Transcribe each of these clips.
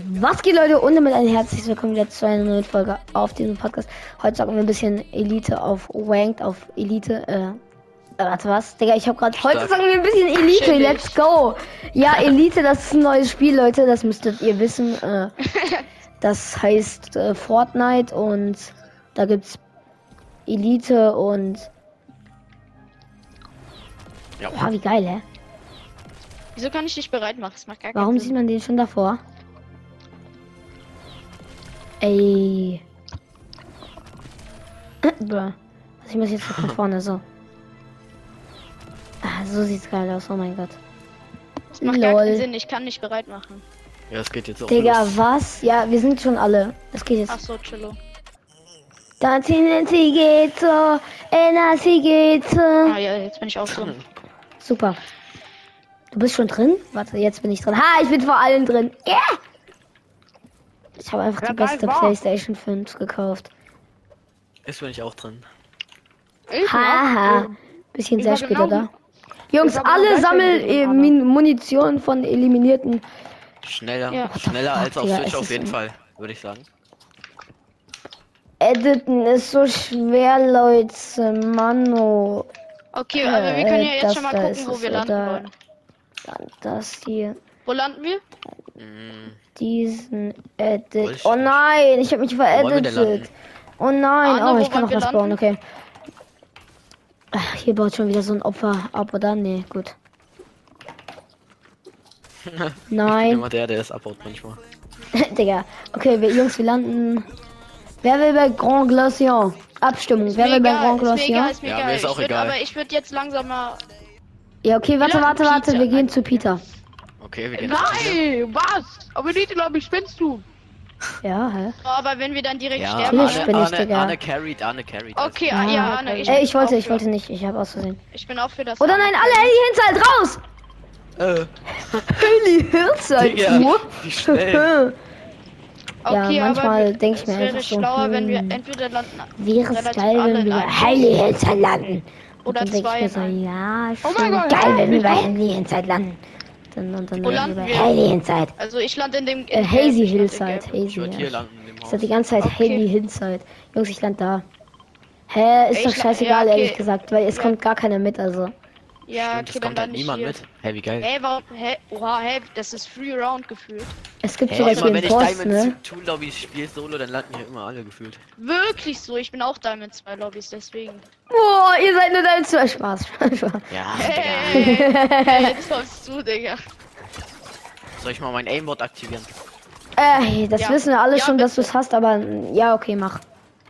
Was geht Leute und damit ein herzliches Willkommen wieder zu einer neuen Folge auf diesem Podcast. Heute sagen wir ein bisschen Elite auf Ranked, auf Elite, äh, warte was? Digga, ich hab grad, heute Stark. sagen wir ein bisschen Elite, Chillig. let's go! Ja, Elite, das ist ein neues Spiel, Leute, das müsstet ihr wissen, äh, das heißt äh, Fortnite und da gibt's Elite und, Ja. boah, wie geil, hä? Wieso kann ich dich bereit machen? Das macht gar Warum keinen sieht Sinn. man den schon davor? Ey. Bruh. Also ich muss jetzt von vorne so. Ah, so sieht's geil aus. Oh mein Gott. Das macht gar Lol. keinen Sinn. Ich kann dich bereit machen. Ja, es geht jetzt auch Digga, los. was? Ja, wir sind schon alle. Das geht jetzt. Ach so, Chillo. Da ziehen sie geht so. Ena sie geht so. Ah ja, jetzt bin ich auch so. Hm. Super. Du bist schon drin? Warte, jetzt bin ich drin. Ha, ich bin vor allen drin. Yeah! Ich habe einfach Ja, die geil, beste wow. PlayStation 5 gekauft. Ist bin ich auch drin. Ich Haha. Bisschen Ich sehr war später da. genau- Jungs, war genau alle gleich sammeln bei äh, mir, Min- Munition von eliminierten. Schneller, Ja. schneller als auf Digga, Switch es auf ist jeden so- Fall, würde ich sagen. Editen ist so schwer, Leute. oh. Mano. Okay, aber wir können ja Äh, jetzt das schon mal da ist gucken, wo es, wir landen oder? wollen. Dann das hier. Wo landen wir? Mm, Diesen Voll Edit. Oh schlecht. nein, ich habe mich Wo wollen wir denn vereditet. landen? Oh nein, Arne, oh, wo ich kann noch wollen wir was bauen, landen? okay. Ach, hier baut schon wieder so ein Opfer ab, oder? Nee, gut. Nein. Immer der, der es abhaut manchmal. Digga. Okay, wir, Jungs, wir landen. Wer will bei Grand Glacier? Abstimmung. Wer will bei Mega, Grand ist mega, Glacier? ist mega. Ja, mir ist auch ich würd, egal. Aber ich würde jetzt langsam mal. Ja, okay, warte, warte, landen warte. Peter. Wir gehen zu Peter. Okay, wir gehen. Nein, was? Aber nicht, glaube ich, spinnst du. Ja, hä? Oh, aber wenn wir dann direkt Ja, sterben. Natürlich Arne, Alle. bin ich, Arne, Digga. Arne carried, Arne carried. Also Okay, Ah, ja, ja Anne, ich, Ey, bin ich wollte, auch ich für- wollte nicht. Ich habe ausgesehen. Ich bin auch für das. Oder nein, alle Heli Hirzeit raus! Äh, Heli Hirzeit, Digga, wie Ja, schnell. Okay, aber manchmal wir- denk ich mir Es wäre einfach so, schlauer, wenn wir hm. entweder landen Wäre es Relativ geil, alle wenn in wir einem. Heli Hirzeit landen. Und oder dann denk zwei. ich mir so, in einem. ja, Oh mein schon Gott, geil, ja, wenn wir ich bei auch. Heli Hirzeit landen. Dann, und dann Wo landen wir landen bei wir? Heli Hirzeit. Also ich lande in dem. Äh, in Hazy Gelb, ich lande in Hillside. Gelb. ich würde Hazy, hier ja. landen im Ich Haus. sag die ganze Zeit Okay. Haley Hinside. Jungs, ich land da. Hä, ist Ich doch la- scheißegal, ja, okay. ehrlich gesagt, weil es Ja. kommt gar keiner mit, also. Ja, Stimmt, okay, es dann kommt halt lande ich niemand hier. mit. Hey, wie geil. Ey, warum? Hä? Oha, hä? Das ist Free Round gefühlt. Es gibt Hey, sogar immer hier wenn einen ich Boss, ne? Diamond Tool Lobby spiele solo, dann landen hier immer alle gefühlt. Wirklich so. Ich bin auch Diamond 2 Lobbys, deswegen. Boah, ihr seid nur dein zwei Spaß. Spaß. Ja, Digga. Hey, hey, jetzt kommst du, Digga. Soll ich mal mein Aimbot aktivieren? Äh, das Ja. wissen wir alle Ja, schon, dass du es hast, aber mm, ja, okay, mach.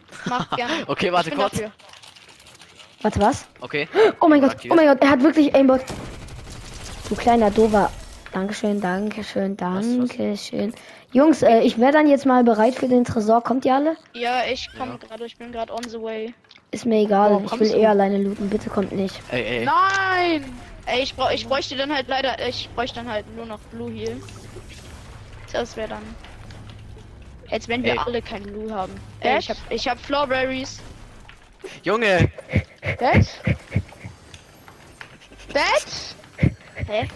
Mach gerne. Okay, warte Ich bin kurz. dafür. Warte, was? Okay. Oh mein Gott, Aktiviert. oh mein Gott, er hat wirklich Aimbot. Du kleiner Dover. Dankeschön, Dankeschön, was? Dankeschön. Jungs, äh, ich wäre dann jetzt mal bereit für den Tresor. Kommt ihr alle? Ja, ich komme Ja. gerade. Ich bin gerade on the way. Ist mir egal, Wo ich will kommst eh du? alleine looten. Bitte kommt nicht. Ey, ey, ey. Nein! Ey, ich, brauch, ich bräuchte dann halt leider. Ich bräuchte dann halt nur noch Blue Heal. Das wäre dann. Jetzt wenn wir Ey. alle kein Blue haben. Ey, ich hab, ich hab Florberries. Junge! Das? Das? Hä?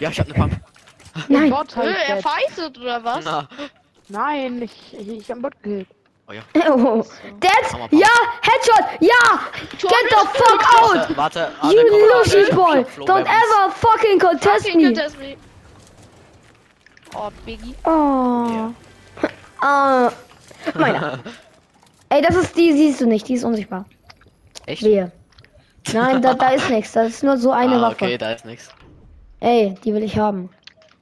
Ja, ich hab ne Pump. Nein. Bot Hö, Äh, er halt das. feistet oder was? Na. Nein, ich, ich, ich am Bot gehört. Oh. That's, Hammer, Papa. Ah, ja, Headshot, ja, Tor get the ist- fuck out, Warte, warte. you Arne, komm, lushy Arne, boy, Flo, Flo, don't Berries. ever fucking contest Fucking me. contest me. Oh, Biggie. Oh, äh, meine. Ey, das ist die, siehst du nicht, die ist unsichtbar. Echt? Wehe. Nein, da, da ist nichts, das ist nur so eine ah, Waffe. Okay, da ist nichts. Ey, die will ich haben.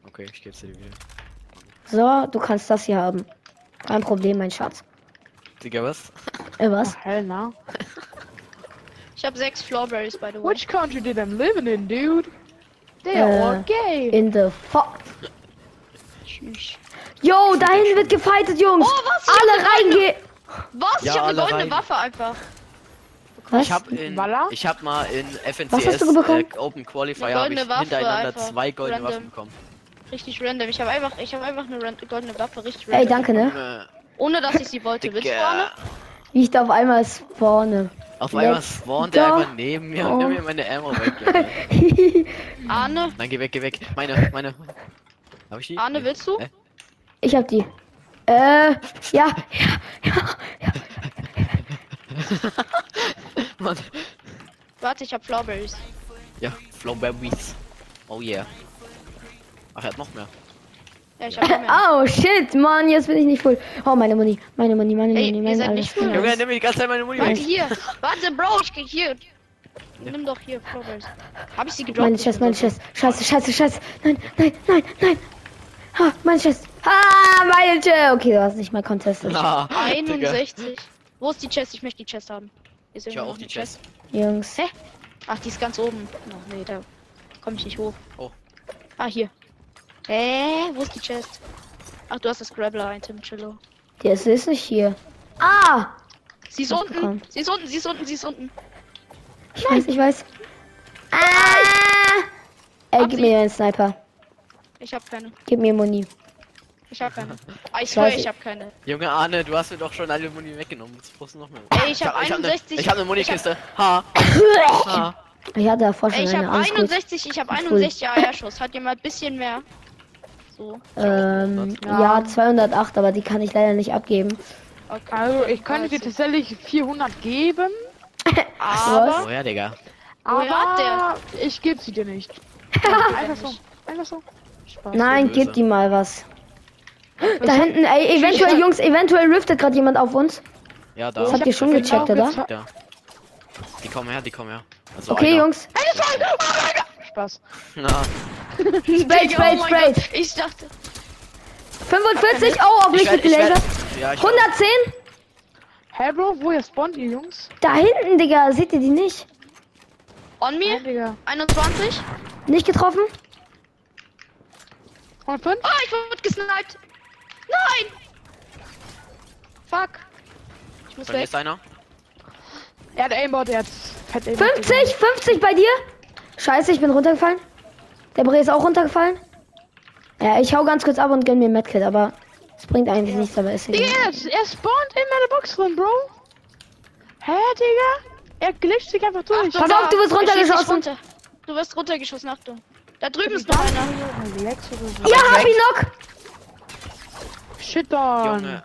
Okay, ich geb's dir wieder. So, du kannst das hier haben. Kein Problem, mein Schatz. Digga, was? Äh, was? Ach, hell na. Ich habe sechs Florberries, by the way. Which country did I'm living in, dude? They Äh. are all gay. In the fuck. Tschüss. Yo, da hinten wird gefightet, Jungs. Oh, was? Alle reingehen. Was? Ja, ich alle habe eine goldene rein. Waffe einfach. Was? Ich hab, in, Walla? ich hab mal in FNCS Was hast du bekommen? Äh, Open Qualifier Eine hab ich goldene Waffe hintereinander einfach. zwei goldene Random. Waffen bekommen. Richtig random. Ich habe einfach, ich habe einfach eine ran- goldene Waffe. Richtig random. Ey, danke, ne? Junge, Ohne dass ich sie wollte. Willst du vorne? Digga. Wie ich da auf einmal spawne. Auf Let's einmal spawnt er go. einfach neben mir und Oh. nimmt mir meine Ammo weg. Junge. Arne, Nein, geh weg, geh weg. Meine, meine. Hab ich die? Arne, willst du? Hä? Ich hab die. Äh, ja, ja, ja, ja. Mann. Warte, ich hab Flawberries. Ja, Flowberries. Oh yeah. Ach, er hat noch mehr. Ja, ich hab noch mehr. Oh shit, Mann, jetzt bin ich nicht voll. Oh, meine Muni, meine Muni, meine Ey, Muni, ihr meine seid nicht full. Junge, klar. nimm mir die ganze Zeit meine Muni Warte weg. hier. Warte, Bro, ich krieg hier. Nimm doch hier Flawberries. Hab ich sie gedroppt? Meine Chest, meine Chest. Scheiße, scheiße, scheiße. Nein, nein, nein, nein. Ha, meine Chest. Ah, meine Chest. Okay, du hast nicht mal contestet. Ah, Digga. 61. Wo ist die Chest? Ich möchte die Chest haben. Ist Ich irgendwo hab auch noch die eine Chest. Jungs. Ach, die ist ganz oben. Ach nee, da komm ich nicht hoch. Oh. Ah, hier. Äh, wo ist die Chest? Ach, du hast das Grabbler-Item, Chillo. Der ist, ist nicht hier. Ah! Sie ist Ach, unten. komm. Sie ist unten, sie ist unten, sie ist unten. Ich weiß, ich weiß. Ah! Ey, Hab gib sie. mir einen Sniper. Ich hab keine. Gib mir Muni. Ich hab keine. Ah, ich Scheiße. schwöre, ich hab keine. Junge Arne, du hast mir doch schon alle Muni weggenommen. Jetzt brauchst du noch mehr. Ey, ich hab ne- 61. Ich hab eine Munikiste. Ha. ha. Ich hatte davor schon Ey, ich eine. hab alles gut. 61, ich hab Alles gut. 61 AR-Schuss. Hat jemand ein bisschen mehr? So, Ähm, Ja. ja. 208, aber die kann ich leider nicht abgeben. okay. Also, ich könnte dir Also. tatsächlich 400 geben, Was? Aber, Oh ja, Digga. Woher aber ich gebe sie dir nicht. Einfach so. Einfach so. Spaß. Nein, böse. gib die mal was. Da hinten, ey, eventuell, Jungs, eventuell riftet gerade jemand auf uns. Ja, Das da. habt ihr schon genau gecheckt, oder? Da. Die kommen her, die kommen her. Also Okay, einer. Jungs. Spaß. Na, Spray, spray, Digga, oh mein spray. Gott, Ich dachte, 45, oh, auf ich mich werd- mit ich werd- Laser. Ja, ich 110? Hey Bro, woher spawnt ihr Jungs? Da hinten, Digga, seht ihr die nicht? on Nein, me, Digga. 21. Nicht getroffen? 105? Oh, ich wurde gesniped. Nein! Fuck. Ich muss Bei mir weg. ist einer. Er hat Aimbot, er hat fett Aimbot. 50, 50 bei dir? Scheiße, ich bin runtergefallen. Der Bre ist auch runtergefallen. Ja, ich hau ganz kurz ab und gönn mir ein Medkit, aber es bringt eigentlich nichts, aber ist Digga, egal. er, er spawnt in meine Box drin, Bro. Hä, Digga? Er glitscht sich einfach durch. Pass auf, du wirst Ich schieß dich runtergeschossen. Runter. Du wirst runtergeschossen, Achtung. Da drüben ist noch einer. Relax oder so. Ja, hab ihn noch! Shit Oh, on. Junge.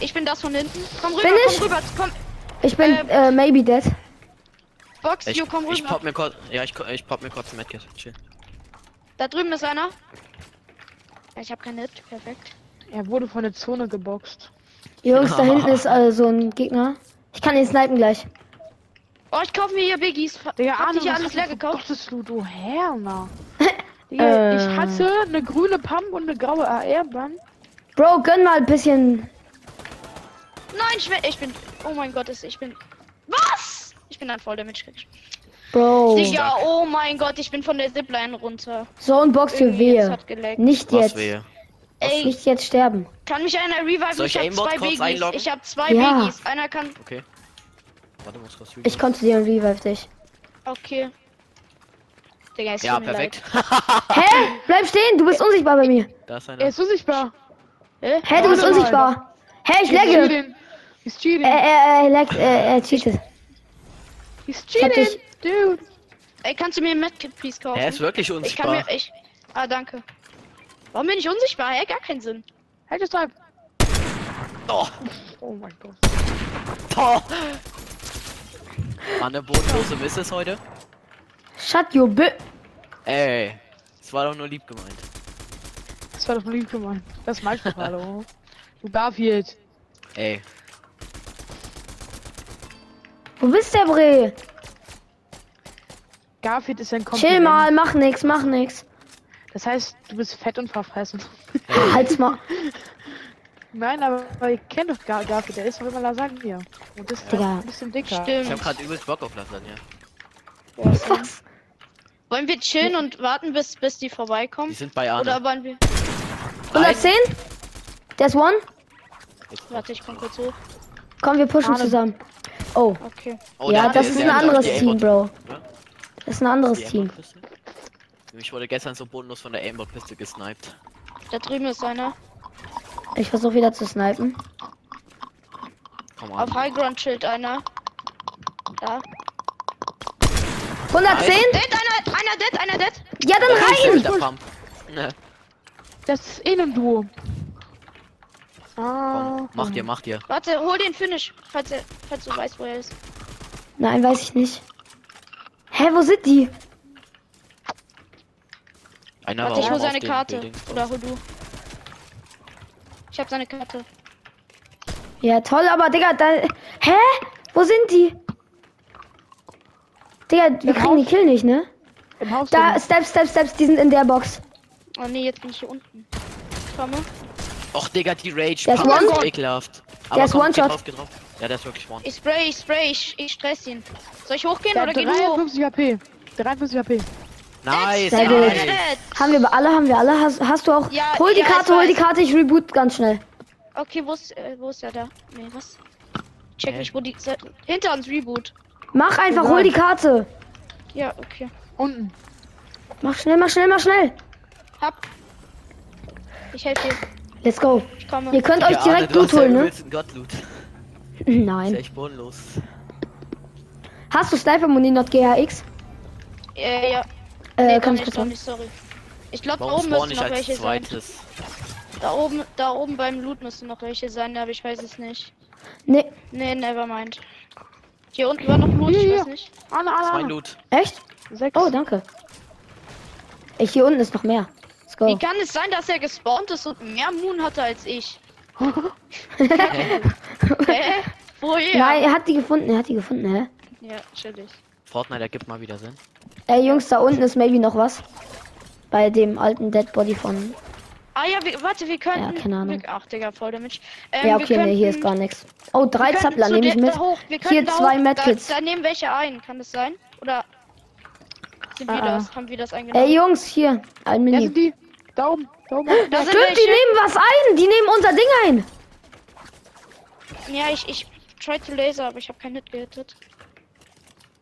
Ich bin das von hinten. Komm rüber, Finish? komm rüber, komm. Ich bin Ähm. äh, maybe dead. Box, Ich, you, komm ich rüber. pop mir kurz. Ja, ich, ko- ich pop mir kurz ein Medkit. Chill. Da drüben ist einer. Ja, ich habe keine Hit, perfekt. Er wurde von der Zone geboxt. Jungs, da hinten ist äh, so ein Gegner. Ich kann ihn snipen gleich. Oh, ich kaufe mir hier Biggies. Fa- Digga, hab Arne, ich hier was alles hast du leer für gekauft. Gottesloot, du Herner. Digga, ich Äh. hatte eine grüne Pump und eine graue AR-Band. Bro, gönn mal ein bisschen. Nein, ich bin, ich bin, oh mein Gott, ist- ich bin, was? Ich bin ein Voll Damage. Bro. Digga, oh mein Gott, ich bin von der Zipline runter. So ein Box für Irgendwie, es wehe. hat geleckt. Nicht Was jetzt. wehe. Ey, Nicht jetzt sterben. kann mich einer reviven? Soll ich Ich hab Aimbot zwei kurz Biggies. einloggen? Ich hab zwei Ja. Biggies. Einer kann, Okay. Warte, muss was Ich konnte dir und revive dich. okay. Digga, es Ja, tut mir perfekt. Hä? Bleib stehen, du bist unsichtbar bei mir. da ist Er einer. ist unsichtbar. leid. Hä? Hä, du bist Warte mal. unsichtbar. Hä, ich He's lagge. Äh, cheating. He's cheating. Er, er, er laggt, er, er äh, cheatet. He's hab cheating. Dude. Ey, kannst du mir ein Medkit, please, kaufen? Er ist wirklich Ich kann unsichtbar. mir, ich, ah, danke. Warum bin ich unsichtbar? Hä, gar keinen Sinn. Halt es ab. Oh, Oh mein Gott. oh. Mann, eine botlose Misses heute. Shut your bi. Ey. Es war doch nur lieb gemeint. Das war doch lieb gemeint. Das ist mein Spruch, hallo. Du Garfield. Ey. Wo bist der Bre? Garfield ist ein Kompliment. Chill mal, mach nix, mach nix. Das heißt, du bist fett und verfressen. Halt's mal. Nein, aber ihr kennt doch Gar Garfield. Der ist doch immer Lasagne. Und das ist doch Ja. ein bisschen dicker. Ich hab Stimmt. grad übelst Bock auf Lasagne. Was? Wollen wir chillen und warten, bis, bis die Die vorbeikommen? sind bei Arne. Oder wollen wir, 110? Der ist one? Jetzt- warte, ich komm kurz hoch. Komm, wir pushen Arne. zusammen. Oh, Okay. Oh, ja, das der- der- ist der ein hat auf anderes die Team, Aimbot- Bro. Ja? Das ist ein die anderes Team. Aimbot-Piste. Ich wurde gestern so bodenlos von der Aimbot-Piste gesniped. Da drüben ist einer. Ich versuche wieder zu snipen. Komm Auf an. High Ground chillt einer. Da. 110? Dead, einer, einer dead, einer dead. Ja, dann rein! Der Pump. Ne. Das ist eh ein Duo. Ah. Oh, Komm, mach dir, mach dir. Warte, hol den Finish, falls, er, falls Ah. du weißt, wo er ist. Nein, weiß ich nicht. Hä, wo sind die? Einer Warte, ich oben hol auf seine dem Karte. Building. Oder hol du. Ich hab seine Karte. Ja, toll, aber Digga, da. Hä? Wo sind die? Digga, wir kriegen die Kill nicht, ne? Im Haus. Da, drin. Steps, Steps, Steps, die sind in der Box. Oh nee, jetzt bin ich hier unten. Ich komme. Och, Digga, die Rage. Der ist Pam, One-Shot. ekelhaft. Der ist komm, geh One-Shot. drauf, geh drauf. Ja, der ist wirklich One. Ich spray, ich spray, ich, ich stress ihn. Soll ich hochgehen Der oder hat geh du hoch? 53 HP. 53 HP. Nice, Sehr gut. nice. Haben wir alle, haben wir alle. Hast, hast du auch. Ja, hol die ja, Karte, ich hol die weiß. Karte, ich reboot ganz schnell. Okay, wo ist, äh, wo ist er da? Nee, was? Check Hä? nicht, wo die. se- Hinter uns Reboot. Mach einfach, Nein. hol die Karte. Ja, okay. Unten. Mach schnell, mach schnell, mach schnell. Hab. Ich helfe dir. Let's go. Ich komme. Ihr könnt euch Ja, direkt du Loot hast ja holen, ne? übelst einen Gottloot. Ist Nein. echt bodenlos. Hast du Sniper Muni not GHX? Äh, ja. Äh, Nee, kann doch ich kurz doch haben. nicht, sorry. Ich glaube, da Warum oben spawn müssen ich noch als welche sein. zweites? Da oben, da oben beim Loot müssen noch welche sein, aber ich weiß es nicht. Nee, Nee, nevermind. Hier unten war noch Loot, Hier, ich hier. weiß nicht. Anna, Das ist Anna, Ah. mein Anna. Loot. echt? Sechs. Oh, danke. Ich, hier unten ist noch mehr. Let's Wie go. kann es sein, dass er gespawnt ist und mehr Moon hatte als ich? Hä? Woher? Nein, er hat die gefunden, er hat die gefunden, hä? Ja, chillig. Fortnite ergibt mal wieder Sinn. Ey, Jungs, da unten ist maybe noch was. Bei dem alten Dead Body von. Ah ja, wir, warte, wir könnten. Ja, keine Ahnung. Wir, ach, Digga, voll damit. Ähm, ja, wir okay, nee, hier ist könnten- gar nichts. Oh, drei wir könnten Zappler zu nehme der- ich mit. Da hoch. Hier Wir könnten da zwei hoch. Medkits. Da, da nehmen welche ein, kann das sein? Oder sind wir Ah, ah. das? Haben wir das eingenommen? Ey, Jungs, hier. Ein Da Mini. sind die. Da oben. Da oben. da sind Stimmt, die Also welche. nehmen was ein. Die nehmen unser Ding ein. Ja, ich, ich try to laser, aber ich habe keinen Hit gehittet.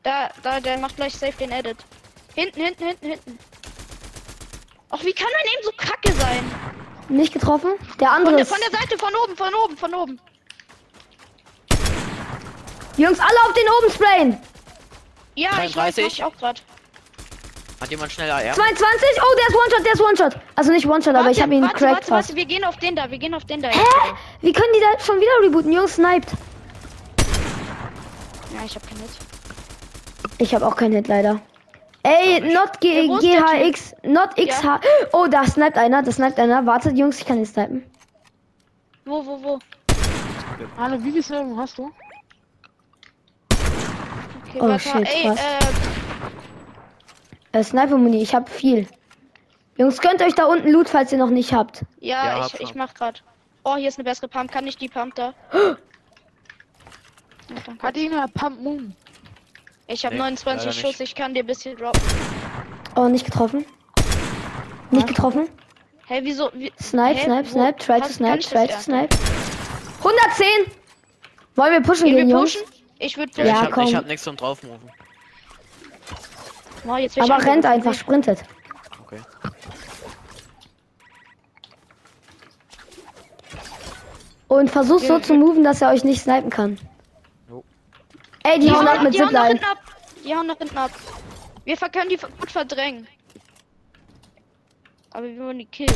Da, da, der macht gleich safe den Edit. Hinten, hinten, hinten, hinten. Ach, wie kann man eben so kacke sein? Nicht getroffen. Der Von, andere der- ist. von der Seite, von oben, von oben, von oben. Jungs, alle auf den oben sprayen. Ja, ich weiß, 33. mach ich auch gerade. Hat jemand schnell AR? 22. Oh, der ist One-Shot, der ist One-Shot. Also nicht One-Shot, aber ich habe ihn warte, gecrackt warte, fast. warte, wir gehen auf den da, wir gehen auf den da. Hä? Wie können die da schon wieder rebooten? Jungs, sniped. Ja, ich hab keinen Hit. Ich habe auch keinen Hit leider. Ey, not G Ja, wo ist der GHX, not XH. Oh, da sniped einer, da sniped einer. Wartet, Jungs, ich kann ihn snipen. Wo, wo, wo? Anna, wie viel Server hast du? Okay, Oh, warte, shit, ey, was? äh, Äh, Sniper-Muni, ich habe viel. Jungs, gönnt euch da unten Loot, falls ihr noch nicht habt. ja, Ja, ich, hab ich schon. mach grad. Oh, hier ist eine bessere Pump, kann ich die Pump da? Ja, danke. Hat ihn Pump Moon. Ich habe Nee, 29 leider Schuss, ich kann dir ein bisschen droppen. Oh, nicht getroffen. Nicht getroffen. Hä, wieso? Wie, Snipe, hä, snipe, wo- snipe, try to hast- kann snipe, ich try to das snipe. 110! Wollen wir pushen Gehen gehen, wir Jungs? pushen? Ich würde Ja, pushen. Ja, ich, hab, komm. ich hab nichts zum draufmoven. Oh, jetzt will ich Aber rennt angerufen. einfach, sprintet. Okay. Und versucht so Wir- zu moven, dass er euch nicht snipen kann. Jo. Ey, die Die hauen ab hauen, mit die hauen nach Zipline. hinten ab. Die hauen nach hinten ab. Wir ver- können die ver- gut verdrängen. Aber wir wollen die Kills.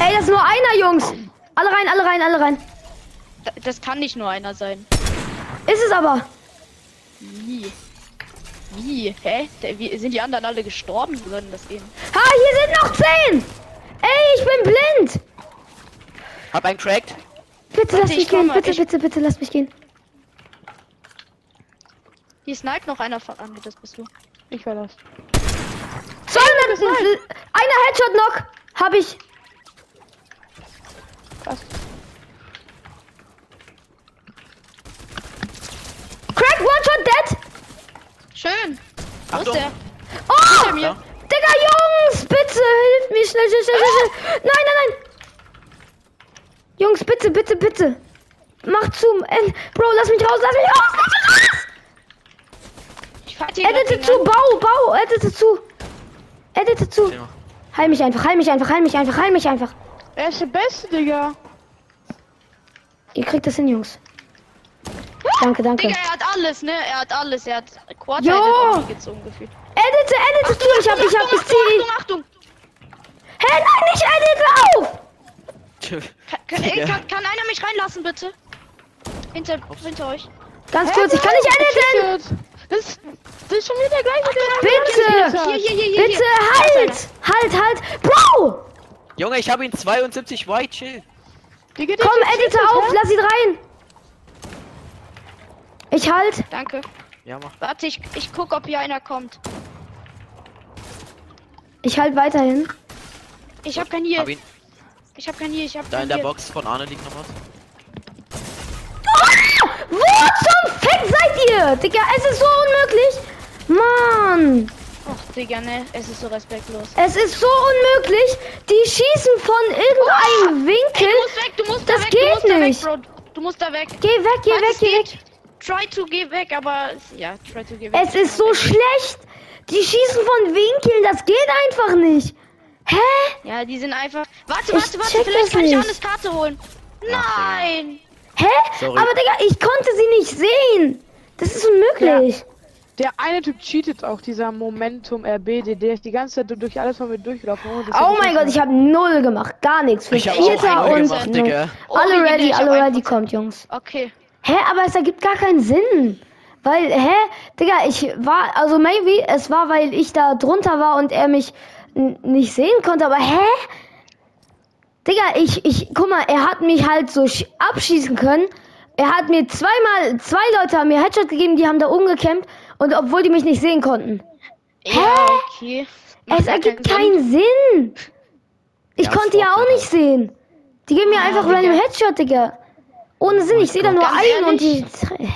Ey, das ist nur einer, Jungs. Alle rein, alle rein, alle rein. Da- Das kann nicht nur einer sein. Ist es aber. Wie? Wie? Hä? Der, wie, sind die anderen alle gestorben? Wie soll denn das gehen? Ha, hier sind noch zehn. Ey, ich bin blind. Hab einen cracked. Bitte Warte, lass mich ich komm gehen. mal, Bitte, ich- bitte, bitte lass mich gehen. Hier sniped noch einer von. Ah, nee, das bist du. Ich war das. 200. Einer Headshot noch. Hab ich. Krass. Crack, One Shot Dead. Schön! Wo ist Achtung. der? Oh, mir. Digga, Jungs, bitte, hilf mir schnell, schnell, schnell, schnell. schnell. Nein, nein, nein. Jungs, bitte, bitte, bitte. Mach zu. Ey, Bro, lass mich raus, lass mich raus, lass mich raus. Ich fahr dir grad Edite den zu, an. Bau, Bau, edite zu. Edite zu. Thema. Heil mich einfach, heil mich einfach, heil mich einfach, heil mich einfach. Er ist der Beste, Digga. Ihr kriegt das hin, Jungs. Danke, danke. Digga, Edite, er hat alles, ne? Er hat alles. Er hat Quad Jo! jo. gezogen gefühlt. edite zu, ich hab, ich hab, ich zieh. Achtung, Achtung! Hä, nein, ich edite auf. Kann, kann, ey, Digga. äh, kann, kann einer mich reinlassen, bitte? Hinter, hinter euch. Ganz kurz, ich kann nicht editen! Das, das ist schon wieder der gleiche, der Bitte! Hier, hier, hier, hier. Bitte, halt! Halt, halt! Bro! Junge, ich habe ihn 72 weit, chill. Digga, der Komm, ist jetzt Editor schießt, auf, hä? lass ihn rein! Ich halt. Danke. Ja, mach. Warte, ich, ich guck, ob hier einer kommt. Ich halt weiterhin. Ich hab keinen hier. Hab ihn. Ich hab keinen hier. Ich hab Da in keinen der hier. Box von Arne liegt noch was. Ah! Wo zum Fick seid ihr? Digga, es ist so unmöglich. Mann, Ach, Digga, ne? Es ist so respektlos. es ist so unmöglich. Die schießen von irgendeinem Ey, Winkel. du musst weg, du musst da Das weg, geht du musst nicht. da weg, Bro. Du musst da weg. Geh weg, geh Falls weg, es geh geht, weg. Try to geh weg, aber es- ja, try to geh weg. Es ist so schlecht. Die schießen von Winkeln, das geht einfach nicht. Hä? Ja, die sind einfach. Warte, Ich warte, warte, check das vielleicht kann ich nicht. Arnes Karte holen. Nein! Hä? Sorry. Aber Digga, ich konnte sie nicht sehen. Das ist unmöglich. Der eine Typ cheatet auch, dieser Momentum RBD, der ist die ganze Zeit durch alles von mir durchgelaufen. ohne dass er Oh das mein Gott, weiß. ich habe null gemacht. Gar nichts. Für Ich hab auch Vierter null und gemacht, null. Digga. Oh, Digga, Already, ich hab already 1%. kommt, Jungs. Okay. Hä, aber es ergibt gar keinen Sinn. Weil, hä, Digga, ich war, also maybe, es war, weil ich da drunter war und er mich n- nicht sehen konnte, aber hä? Digga, ich, ich, guck mal, er hat mich halt so sch- abschießen können. Er hat mir zweimal, zwei Leute haben mir Headshot gegeben, die haben da umgekämpft und obwohl die mich nicht sehen konnten. Ja, okay. es gar ergibt Sinn. keinen Sinn. Ich Ja, konnte die ja auch Fortnite. nicht sehen. Die geben mir einfach random Headshot, Digga. Ohne Sinn, Oh ich sehe da nur Ganz einen und die. ehrlich?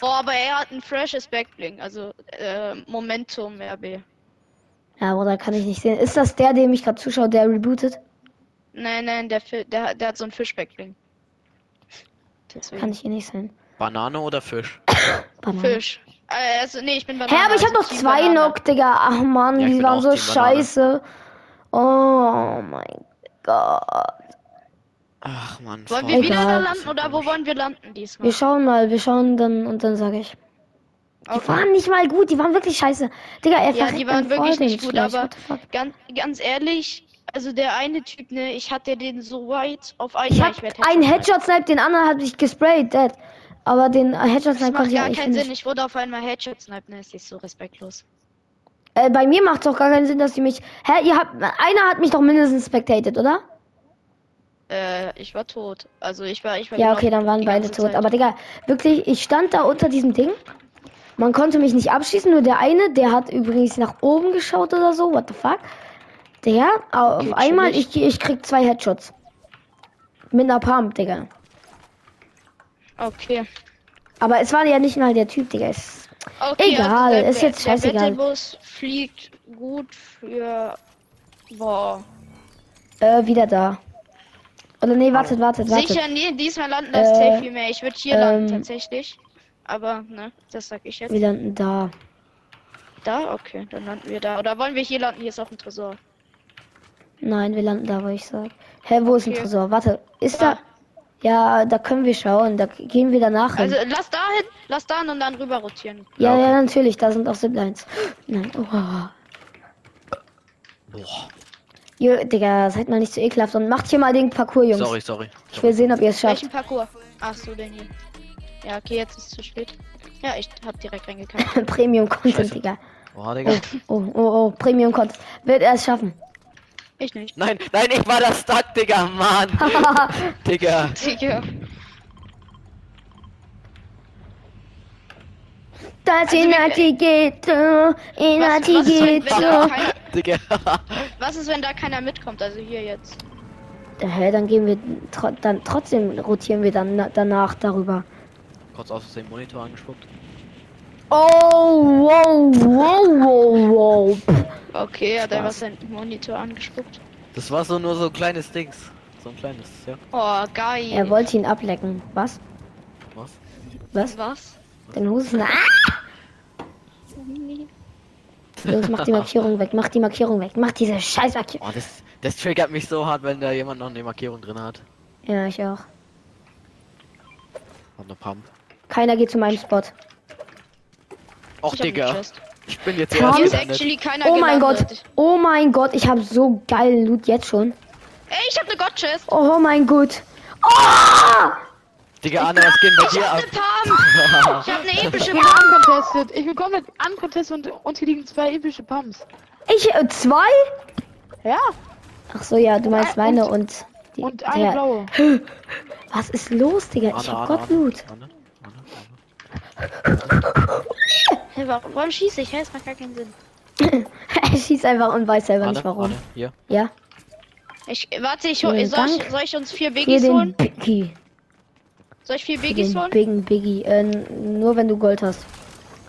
Boah, Oh, aber er hat ein freshes Backbling, also äh, Momentum RB. Ja, aber da kann ich nicht sehen. Ist das der, dem ich gerade zuschaue, der rebootet? Nein, nein, der, Fi- der, der hat so ein Fisch-Backbling. Kann Deswegen. ich hier nicht sehen. Banane oder Fisch? Banane. Fisch. Äh, also, nee, ich bin bei Hä, aber ich habe noch zwei Knock, Digga. Ach Mann, Ja, ich die bin waren auch so Team Banane. scheiße. Oh mein Gott. Ach man. Wollen Frau. wir wieder da Egal. landen oder wo wollen wir landen diesmal? Wir schauen mal, wir schauen dann und dann sage ich. Die Okay. waren nicht mal gut, die waren wirklich scheiße. Digga, er Ja, verreckt die dann waren voll wirklich den nicht gut, Schleich. aber What the fuck? ganz, ganz ehrlich, also der eine Typ, ne, ich hatte den so weit auf einen. Ich Ja, hab werd einen Headshot Headshot Snipe, den anderen hab ich gesprayt, dead. Aber den Headshot Das Snipe konnte macht ich ja gar eigentlich keinen Sinn, nicht. ich wurde auf einmal Headshot snipen, ne, es ist so respektlos. Äh, bei mir macht's auch gar keinen Sinn, dass die mich. Hä, ihr habt. Einer hat mich doch mindestens spectated, oder? Äh, ich war tot. Also ich war, ich war Ja, genau okay, dann waren die beide ganze tot. Zeit. Aber Digga, wirklich, ich stand da unter diesem Ding. Man konnte mich nicht abschießen, nur der eine, der hat übrigens nach oben geschaut oder so. What the fuck? Der, auf Geht einmal, schlecht. ich, ich krieg zwei Headshots. Mit einer Pump, Digga. Okay. Aber es war ja nicht mal der Typ, Digga. Es, okay also Egal, der- ist jetzt der- scheißegal. Der Battlebus fliegt gut für. Boah. äh, wieder da. Oder nee, wartet, wartet, wartet. Sicher, nee, diesmal landen das Äh, safe viel mehr. Ich würde hier landen ähm, tatsächlich. Aber, ne, das sag ich jetzt. Wir landen da. Da? Okay, dann landen wir da. Oder wollen wir hier landen? Hier ist auch ein Tresor. Nein, wir landen da, wo ich sag. Hä, wo ist ein Okay. Ah. Tresor? Warte, ist Da. da. Ja, da können wir schauen. Da gehen wir danach hin. Also lass da hin, lass da hin und dann rüber rotieren. Ja, Ja, Ah, okay. ja, natürlich, da sind auch Ziplines. Nein, oh. Boah, Jo, Digga, seid mal nicht so ekelhaft und macht hier mal den Parcours, Jungs. sorry, sorry. Ich will sehen, ob ihr es schafft. Welchen Parcours? Ach so, den hier. Ja, okay, jetzt ist es zu spät. Ja, ich hab direkt reingekackt. Premium Content, Scheiße. Digga. Boah, Digga. Oh, oh, oh, Premium Content. Wird er es schaffen? Ich nicht. Nein, nein, ich war das Stuck, Digga, Mann. Digga. Digga. Das Also wir- Inati geht so, Inati was, ist, wenn, geht wenn da so. kein, Digga. was ist, wenn da keiner mitkommt? Also hier jetzt. Hä, dann gehen wir tro dann trotzdem rotieren wir dann na- danach darüber. Kurz aus dem Monitor angespuckt. Oh, wow, wow, wow, wow. Okay, hat er was Spaß. sein Monitor angespuckt. Das war so nur so ein kleines Dings. So ein kleines, ja. Oh, geil. Er wollte ihn ablecken. Was? Was? Was? Was? Deine Hosen. Ah! Jungs, macht die Markierung weg, macht die Markierung weg, macht diese scheiß Markierung. Oh, das, das triggert mich so hart, wenn da jemand noch eine Markierung drin hat. Ja, ich auch. Und eine Pump. Keiner geht zu meinem Spot. Och, Ich hab eine Digga. Chest. Ich bin jetzt Pump? erst Hier ist gelandet. actually keiner Oh mein Oh Gott, gelandet. oh mein Gott, ich habe so geilen Loot jetzt schon. Ey, ich hab ne Gottchest. Oh mein Gott. Oh! Digga, Anna, was geht bei Ich dir hab ab? ne Pam. Ich hab ne epische Ich bin Pam. uncontested. Ich bin komplett uncontested und uns hier liegen zwei epische Pumps. Ich, äh, zwei? Ja, Ach so, ja, du meinst Äh, meine Ah, und... die- und eine ja. blaue. Was ist los, Digga? Ich Anna, hab Anna, Gottblut. Anna, Anna, Anna. Hey, warum, warum schieße ich? Hä, das macht gar keinen Sinn. er schießt einfach und weiß selber nicht Anna, warum. Anna, hier. Ja, Ich, warte, ich, Vielen hol- soll, Dank. ich, soll ich uns vier hier Biggies den holen? Biggie. Soll ich vier Biggies Den holen? Biggie, Biggie. Äh, nur wenn du Gold hast.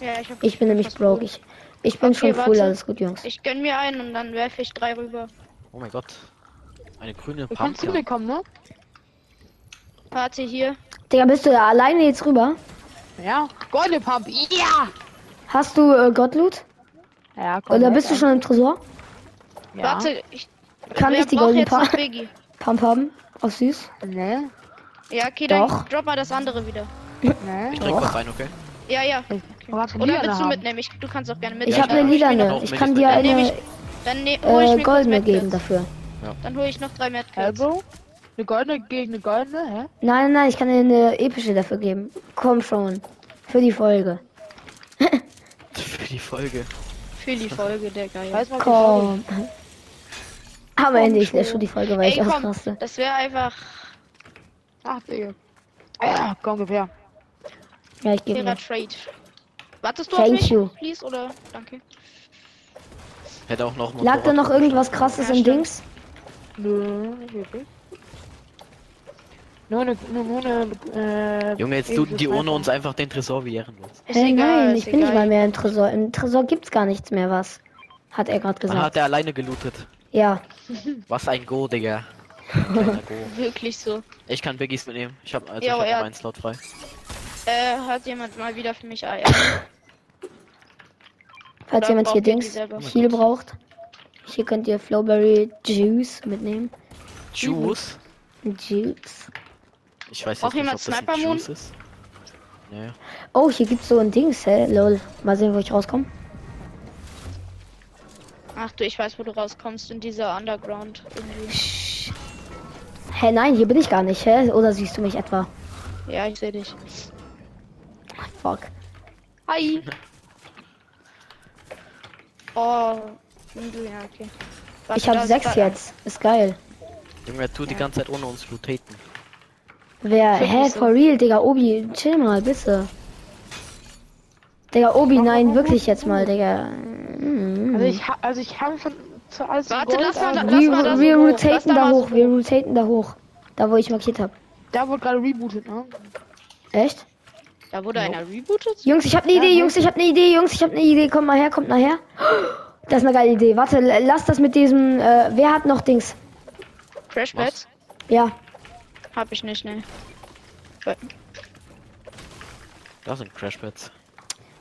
Ja, ich, hab Ich bin nämlich was broke. geholt. Ich, ich bin Okay, schon cool, warte. alles gut, Jungs. Ich gönn mir einen und dann werfe ich drei rüber. Oh mein Gott. Eine grüne Du kannst zu Pumpkin. mir kommen, ne? Warte, hier. Digga, bist du da alleine jetzt rüber? Ja. Goldene Pump. Ja. Hast du äh, Gottloot? Ja, komm. Oder bist du schon im Tresor? Ja. Warte, ich Kann wer ich die braucht goldene jetzt pa noch Biggie? Pump haben? Auf süß? Ne? Ja, okay, dann Doch. drop mal das andere wieder. Ich Ne? Oh, drück was rein, okay? Ja, ja. Warte, Oder Liane willst du haben. mitnehmen? Ich, du kannst auch gerne mitnehmen. Ich hab klar. eine Auch lilane. wenn Ich ich kann mit- dir Dann Dann nehme eine ich, dann ne, hol ich äh, mir kurz goldene Medkits. geben dafür. Dann hole ich noch drei Medkits. Elbow? Eine goldene gegen eine goldene, hä? Nein, nein, nein, ich kann dir eine epische dafür geben. Komm schon. Für die Folge. Für die Folge. Für die Folge, der Geier. Weiß mal, wie traurig. Komm. Am Ende, ich lösche die Folge, weil Ey, ich komm, ausraste. das wäre einfach Ach, Digga. Ah, komm, gib her. Ja, ich gebe fairer mir. Trade. Wartest du auf Thank mich, you. please, oder? Danke. Hätte auch noch ein Lag da Motorrad noch drin irgendwas gestanden. krasses Ja, im stimmt. Dings? Nö, nicht wirklich. Nur eine, nur, nur eine, äh, Junge, jetzt epische tut die ohne Sniper. uns einfach den Tresor wie ehrenlos. Ist Hey, egal, Äh, nein, ist ich bin nicht egal. mal mehr im Tresor. Im Tresor gibt's gar nichts mehr, was? Hat er gerade Dann gesagt. hat er alleine gelootet. Ja. Was ein Go, Digga. Ein kleiner Go. Wirklich so. Ich kann Biggies mitnehmen. Ich habe also ich Ja, aber hab er- meinen Slot frei. Äh, hat jemand mal wieder für mich Ah, Eier? Falls Oder jemand hier braucht ihr die Dings selber? Heal braucht. Hier könnt ihr Flowberry Juice mitnehmen. Juice? Juice. Ich weiß Braucht jetzt nicht, ob jemand das Sniper ein Moon? Juice ist. Nee. Oh, hier gibt's so ein Dings, hä? Lol. Mal sehen, wo ich rauskomme. Ach du, ich weiß, wo du rauskommst in dieser Underground irgendwie. Hä, hey, nein, hier bin ich gar nicht, hä? Oder siehst du mich etwa? Ja, ich sehe dich. Fuck. Hi. Oh, du, ja, okay. Warte, Ich habe da ist sechs grad- jetzt. Ist geil. Junge, er tut die ganze Zeit ohne uns lootaten. Wer? Find Hä, ich so. for real, Digga, Obi, chill mal, bitte. Digga, Obi, nein, wirklich jetzt mal, Digga. Mm. Also ich, ha also ich habe schon zu alles Warte, Gold, lass mal aber da- Wir, mal das wir so hoch, lass rotaten da da mal so hoch, wir rotaten da hoch. Da, wo ich markiert hab. da wurde gerade rebootet, ne? Echt? Da wurde einer rebootet? Jungs, ich hab ne Idee, Jungs, ich hab ne Idee, Jungs, ich hab ne Idee. Kommt mal her, kommt mal her. Das ist eine geile Idee. Warte, l- lass das mit diesem. Äh, wer hat noch Dings? Crashpads? Ja. Hab ich nicht, ne. Das sind Crashpads.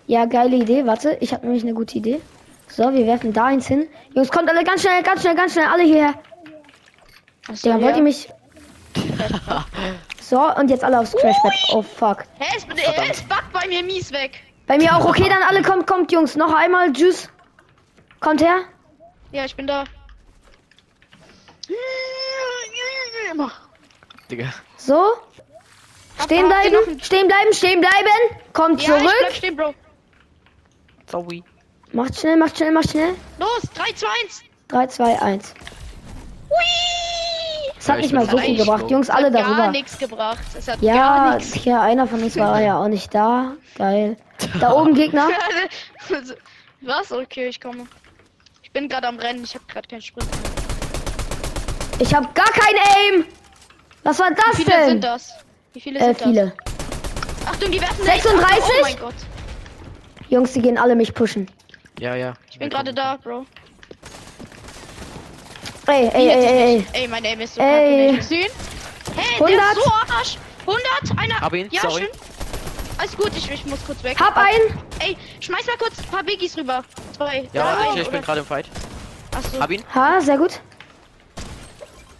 Ja, geile Idee. Warte, ich habe nämlich eine gute Idee. So, wir werfen da eins hin. Jungs, kommt alle ganz schnell, ganz schnell, ganz schnell, alle hierher. Achso, Digga, wollt ihr mich. So, und jetzt alle aufs Crashpad. Oh fuck. Hä, es, Verdammt. äh, es backt bei mir mies weg. Bei mir auch. Okay, dann alle kommt, kommt, Jungs. Noch einmal, Juice. Kommt her. Ja, ich bin da. Mach. Digga. So. Stehen habt ihr noch bleiben, stehen bleiben, stehen bleiben. Kommt Ja, ich bleib zurück. stehen, Bro. Sorry. Macht schnell, macht schnell, macht schnell. Los, 3, 2, 1. 3, 2, 1. Hui! Es hat Ja, nicht ich mal bin so auch viel nicht gebracht. so. Jungs, alle hat Gar darüber. nichts gebracht. Es hat gar Ja, nichts. hier einer von uns war ja auch nicht da. Geil. Da oben Gegner. Also, Was? Okay, ich komme. Ich bin gerade am Rennen, ich habe gerade keinen Sprint. Mehr. Ich habe gar kein Aim. Was war das Wie viele denn? sind das? Wie viele Äh, sind viele. das? Achtung, die werfen 36? Echt. Oh mein Gott. Jungs, die gehen alle mich pushen. Ja, ja. Ich bin gerade da, Bro. Ey, ey, Hier ey, ist ey, es ey. nicht. ey, mein Name ist so Ey. kacke, nicht gesehen. Hey, 100? der ist so am Arsch. 100, einer. Hab ihn, ja, sorry. schön. Alles gut, ich, ich muss kurz weg. Oh, Hab einen. Ey, schmeiß mal kurz ein paar Biggies rüber. Zwei. Ja, drei, ich, ich bin oder- gerade im Fight. Ach so. Hab ihn. Ha, sehr gut.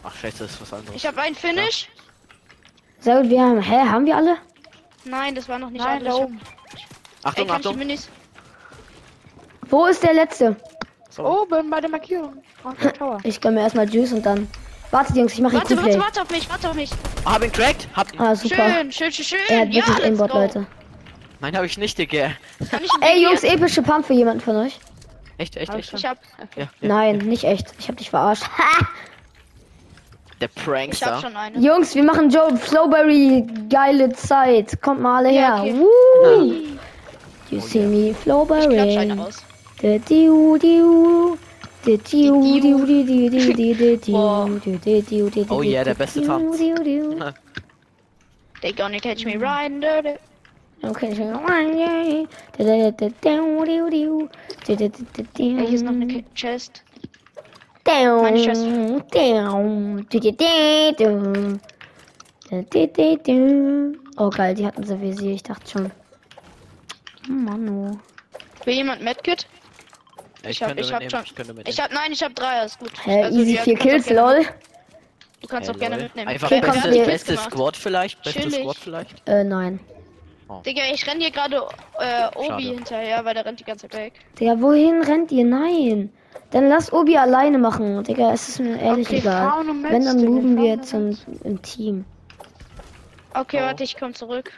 Ach, scheiße, das ist was anderes. Ich habe einen Finish. Sehr gut, wir haben. Hä, haben wir alle? Nein, das war noch nicht Nein, alles. da Ich hab- oben. Ey, Achtung, kann ich die Achtung. Minis? Wo ist der letzte? Sorry. Oben bei der Markierung. Auf der Tower. Ich gönn mir erstmal Juice und dann. Wartet, Jungs, ich mache jetzt Warte, warte, Replay. warte auf mich, warte auf mich. Hab ihn cracked? Hab ihn. Ah, super. Schön, schön, schön, schön. Er hat wirklich let's Aimbot, go. Leute. Nein, hab ich nicht, Digga. Kann ich Ey, Jungs, epische Pump für jemanden von euch? Echt, echt, echt. Ich hab, Ja, ja. Nein, nicht echt. Ich hab dich verarscht. Ha! Der ich hab Prankster. schon eine. Jungs, wir machen Joe Flowberry geile Zeit. Kommt mal alle her. Ja, okay. Woo! You Oh, see yeah. me Ich klatsch Flowberry. eine aus. Du, du, du. Du, du, du, du, du, du, du, du, du, Boah. du, du, du, du, Oh yeah, du, der beste du, Tanz. du, du. They gonna catch Mhm. me riding dirty. Okay, schön. Du, du, du, du, du, du. Du, du, du, du, du. Ey, hier ist noch eine Mhm. Ki- Chest. Down, Meine Schwester. down, du, du, du, du. Du, du, du, du. Oh geil, die hatten sie visier, ich dachte schon. Mann, oh. Will jemand Medkit? Ich Ich hab, könnte ich hab mitnehmen, schon. ich könnte mitnehmen. Ich hab, nein, ich hab drei, ist gut. Hä, Also, easy ja, vier du kannst Kills, auch gerne- lol. Du kannst Ey, auch gerne lol. mitnehmen. Einfach Okay, Wer- wer komm, hat beste, wir- die beste gemacht? Squad vielleicht? Beste Chillig. Squad vielleicht? Äh, nein. Digga, ich renn hier gerade äh, Obi Schade. hinterher, weil der rennt die ganze Zeit weg. Digga, wohin rennt ihr? Nein. Dann lass Obi alleine machen. Digga, es ist mir ehrlich Okay, egal. fahren und Wenn, dann Metz, Digga, moven wir fahren und zum im Team. Okay, Oh. warte, ich komm zurück.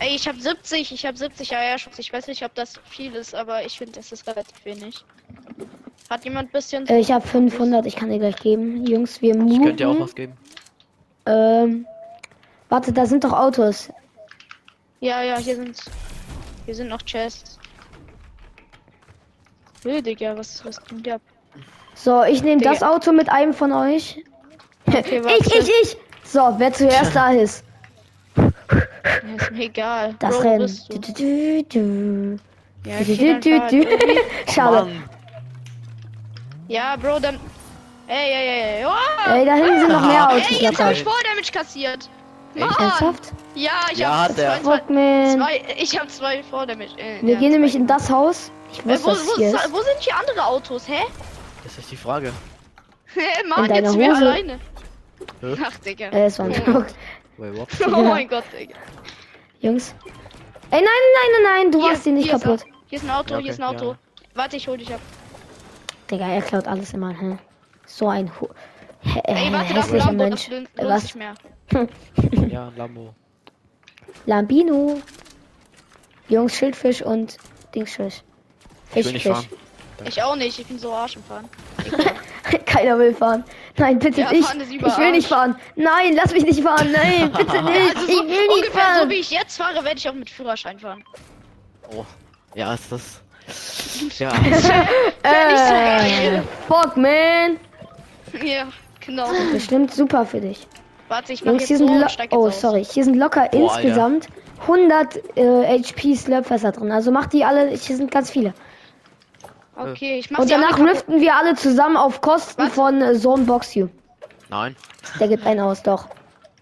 Ey, ich hab 70, ich hab 70 AR-Schutz. Ich weiß nicht, ob das viel ist, aber ich finde, das ist relativ wenig. Hat jemand bisschen. Äh, ich habe 500, ich kann dir gleich geben. Jungs, wir Ich könnte ja auch moven. was geben. Ähm, warte, da sind doch Autos. Ja, ja, hier sind. Hier sind noch Chests. Nö, Digga, was, was kommt hier ab? So, ich nehme Digga. das Auto mit einem von euch. Okay, warte. ich, ich, ich. So, wer zuerst da ist, Ja, Ist mir egal. das Bro, wo Rennen. bist du? Du, du, du, Ja, du, du, okay, dann du, fahr du. halt Obi. Schade. Mann. Ja, Bro, dann. Ey, ey, ey, ey. Oh! Ey, da hinten sind noch mehr Ah, Autos. Ey, jetzt hab ich locker. Ey. Volldamage kassiert. Mann! Ernsthaft? Ja, ich Ja, hat hab er. zwei, zwei, Fuck, man. zwei, ich hab zwei Volldamage. Äh, Wir gehen ja, zwei. nämlich in das Haus. Ich Äh, wusste, wo, dass es wo, hier ist- ist. wo sind hier andere Autos, hä? Das ist die Frage. Hä, Mann, In deiner jetzt sind wir Hose? alleine. Hä? Ach, Digga. Äh, es war ein Joke. Wait, what? Oh mein Gott, Digga. Jungs. Ey, nein, nein, nein, nein, du Hier- machst ihn nicht hier ist kaputt. ein- Hier ist ein Auto, Ja, hier ist ein okay, Auto. Warte, ich hol dich ab. Digga, er klaut alles immer. Hm. So ein Hu hä- Ey, warte, das Äh, hässlicher Lambo, das Mensch. lohnt Äh, lohnt sich Was? mehr. Ja, ein Lambo. Lambino. Jungs, Schildfisch und Dingsfisch. Ich Fisch, will nicht Fisch. fahren. Ich auch nicht, ich bin so Arsch im Fahren. Keiner will fahren. Nein, bitte Ja, nicht. fahren ist Ich will nicht fahren. Nein, lass mich nicht fahren. Nein, bitte nicht. Also ich so, will nicht ungefähr so fahren. wie ich jetzt fahre, werde ich auch mit Führerschein fahren. Oh. Ja, ist das. Ja, äh, fuck, man. Ja, genau. Bestimmt super für dich. Warte, ich mach Jungs, jetzt hier so sind und lo- steig jetzt oh, aus. sorry, hier sind locker Boah, Alter. insgesamt 100 äh, HP Slurpfässer drin. Also macht die alle, hier sind ganz viele. Okay, ich mach Und sie alle danach kaputt. riften wir alle zusammen auf Kosten Was? von äh, Zone Box You. nein. Der gibt einen aus, doch.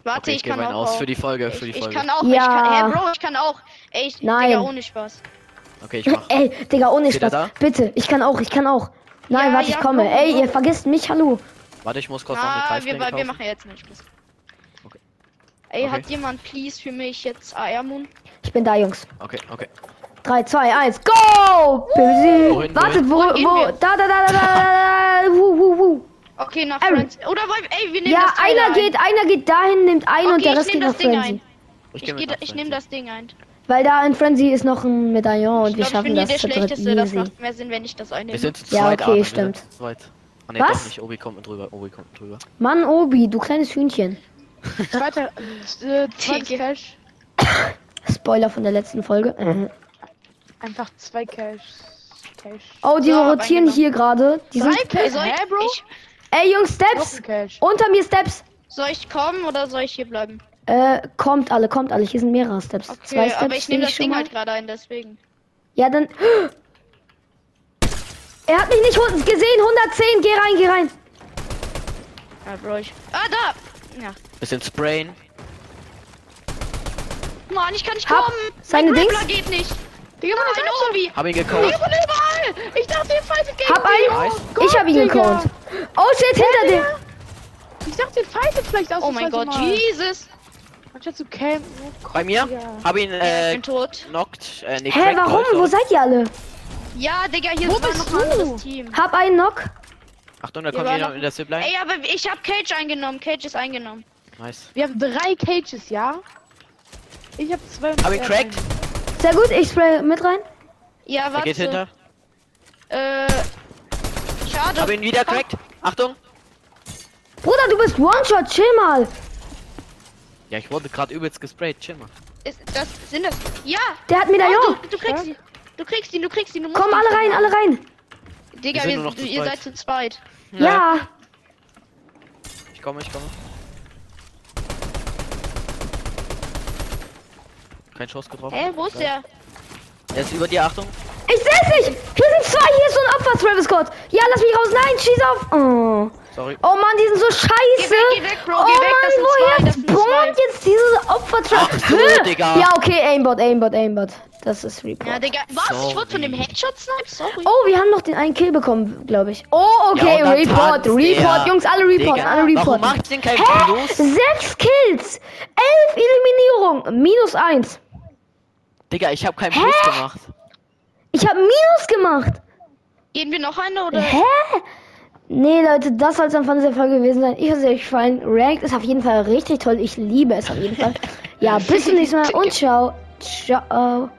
Warte, Okay, ich, ich gebe kann einen auch. aus für die Folge, für die ich, ich Folge. kann auch, ich Ja. kann, hey Bro, ich kann auch. Ey, ich, Nein. Digga, ohne Spaß. Okay, ich Äh, mach. Ey, Digga, ohne Steht er Spaß. da? Bitte, ich kann auch, ich kann auch. Nein, Ja, warte, ja, ich komme. komm, Ey, komm. ihr vergesst mich, hallo. Warte, ich muss kurz noch eine Ah, wir, Greifklinge wir kaufen. machen jetzt nicht Spaß. Okay. Ey, Okay. hat jemand please für mich jetzt AR Moon? Ich bin da, Jungs. Okay, okay. 3, 2, 1, go! Wohin, Wartet, wo, Wohin gehen wo? wir? Da, da, da, da, da, da, da, wuh, wuh, wuh. Okay, nach Ähm. Friends. Oder wollen ey, wir nehmen Ja, das Teil einer ein. geht, einer geht dahin, nimmt einen Okay, und der ich Rest nehm geht das nach Ding Frenzy. ein. Ich, geh geh mit da- nach ich nehme Frankfurt. das Ding ein. Weil da in Frenzy ist noch ein Medaillon und wir ich glaub, ich schaffen bin hier das der zu dritt Schlechteste. Das easy. macht mehr Sinn, wenn ich das einnehme. Wir sind zu Ja, zweit, okay, Arne, wir stimmt. Sind zu zweit. Ah, nee, Was? Doch nicht. Obi kommt mit drüber. Obi kommt mit drüber. Mann, Obi, du kleines Hühnchen. Zweiter, äh, zweiter Digga. Cash. Spoiler von der letzten Folge. Mhm. Einfach zwei Cash. Cash. Oh, die So, hab rotieren eingenommen. hier gerade. Die sind. Drei Cash. soll ich, Hä, Bro? Ich, Ey, Jungs, Noch Steps! ein Cash. Unter mir Steps! soll ich kommen oder soll ich hier bleiben? Äh, kommt alle, kommt alle. Hier sind mehrere Steps. Okay, Zwei Steps aber ich nehme nehm das schon Ding mal. halt gerade ein, deswegen. Ja, dann. Er hat mich nicht hun- gesehen. 110. Geh rein, geh rein. Ja, Bro, ich. Ah, da! Ja. Bisschen sprayen. Mann, ich kann nicht Hab kommen! seine mein Dings. Grappler geht nicht! Digga, Mann, Ein ich Obi! Hab ihn Digga, gekauft. von überall! Ich dachte, ihr fightet gegen Hab einen. Nice. ich hab ihn Digga. gekonnt. Oh shit, hinter dir. Ich dachte, ihr fightet vielleicht aus. Oh mein Gott, Jesus! Anstatt zu campen. Oh Gott, Bei mir. Digga. Hab ihn, Ja, ich äh, bin tot. knockt. Äh, nee, Hä, cracked, warum? also. Wo seid ihr alle? Ja, Digga, hier war Wo bist noch ein du? anderes Team. Hab einen Knock. Achtung, da Wir kommt waren jemand noch- in der Zipline. Ey, aber ich hab Cage eingenommen. Cage ist eingenommen. Nice. Wir haben drei Cages, ja? Ich hab zwei. Hab ihn äh, cracked. Sehr gut, ich spray mit rein. Ja, Er warte. geht hinter. Äh. Schade. Hab ihn wieder cracked. Achtung. Bruder, du bist One-Shot, chill mal. Ja, ich wurde gerade übelst gesprayt. Chill mal. Ist, das sind das. Ja! Der hat Medaillon. du, du kriegst ihn. Du kriegst ihn, du kriegst ihn. Du musst Komm, ihn alle rein, alle rein. Wir Digga, sind wir nur noch du, zu ihr zweit. seid zu zweit. Ja. Ich komme, ich komme. Kein Schuss getroffen. Hä, wo ist der? Er ist über dir, Achtung. Ich seh's nicht. Hier sind zwei, hier ist so ein Opfer, Travis Scott. Ja, lass mich raus. Nein, schieß auf. Oh. Sorry. Oh Mann, die sind so scheiße. Geh weg, geh weg, Bro, geh oh weg, das sind zwei, Mann, das sind woher zwei. spawnt jetzt dieses Opfer Ach Travis? du, Hä? Digga. Ja, okay, Aimbot, Aimbot, Aimbot. Das ist Report. Ja, Digga. Was? Ich wurde von dem Sorry. Headshot sniped? Sorry. Oh, wir haben noch den einen Kill bekommen, glaube ich. Oh, okay, Ja, und dann Report, tanzt Report, der. Jungs, alle reporten, Digga, alle Warum reporten. mach ich denn kein Hä? Plus? Sechs Kills, elf Eliminierung, minus eins. Digga, ich hab keinen Plus Hä? gemacht. Ich habe minus gemacht. Gehen wir noch eine oder? Hä? Nee, Leute, das soll es dann von dieser Folge gewesen sein. Ich hoffe, es hat euch gefallen. Ranked ist auf jeden Fall richtig toll. Ich liebe es auf jeden Fall. ja, bis zum nächsten Mal und ciao. Ciao.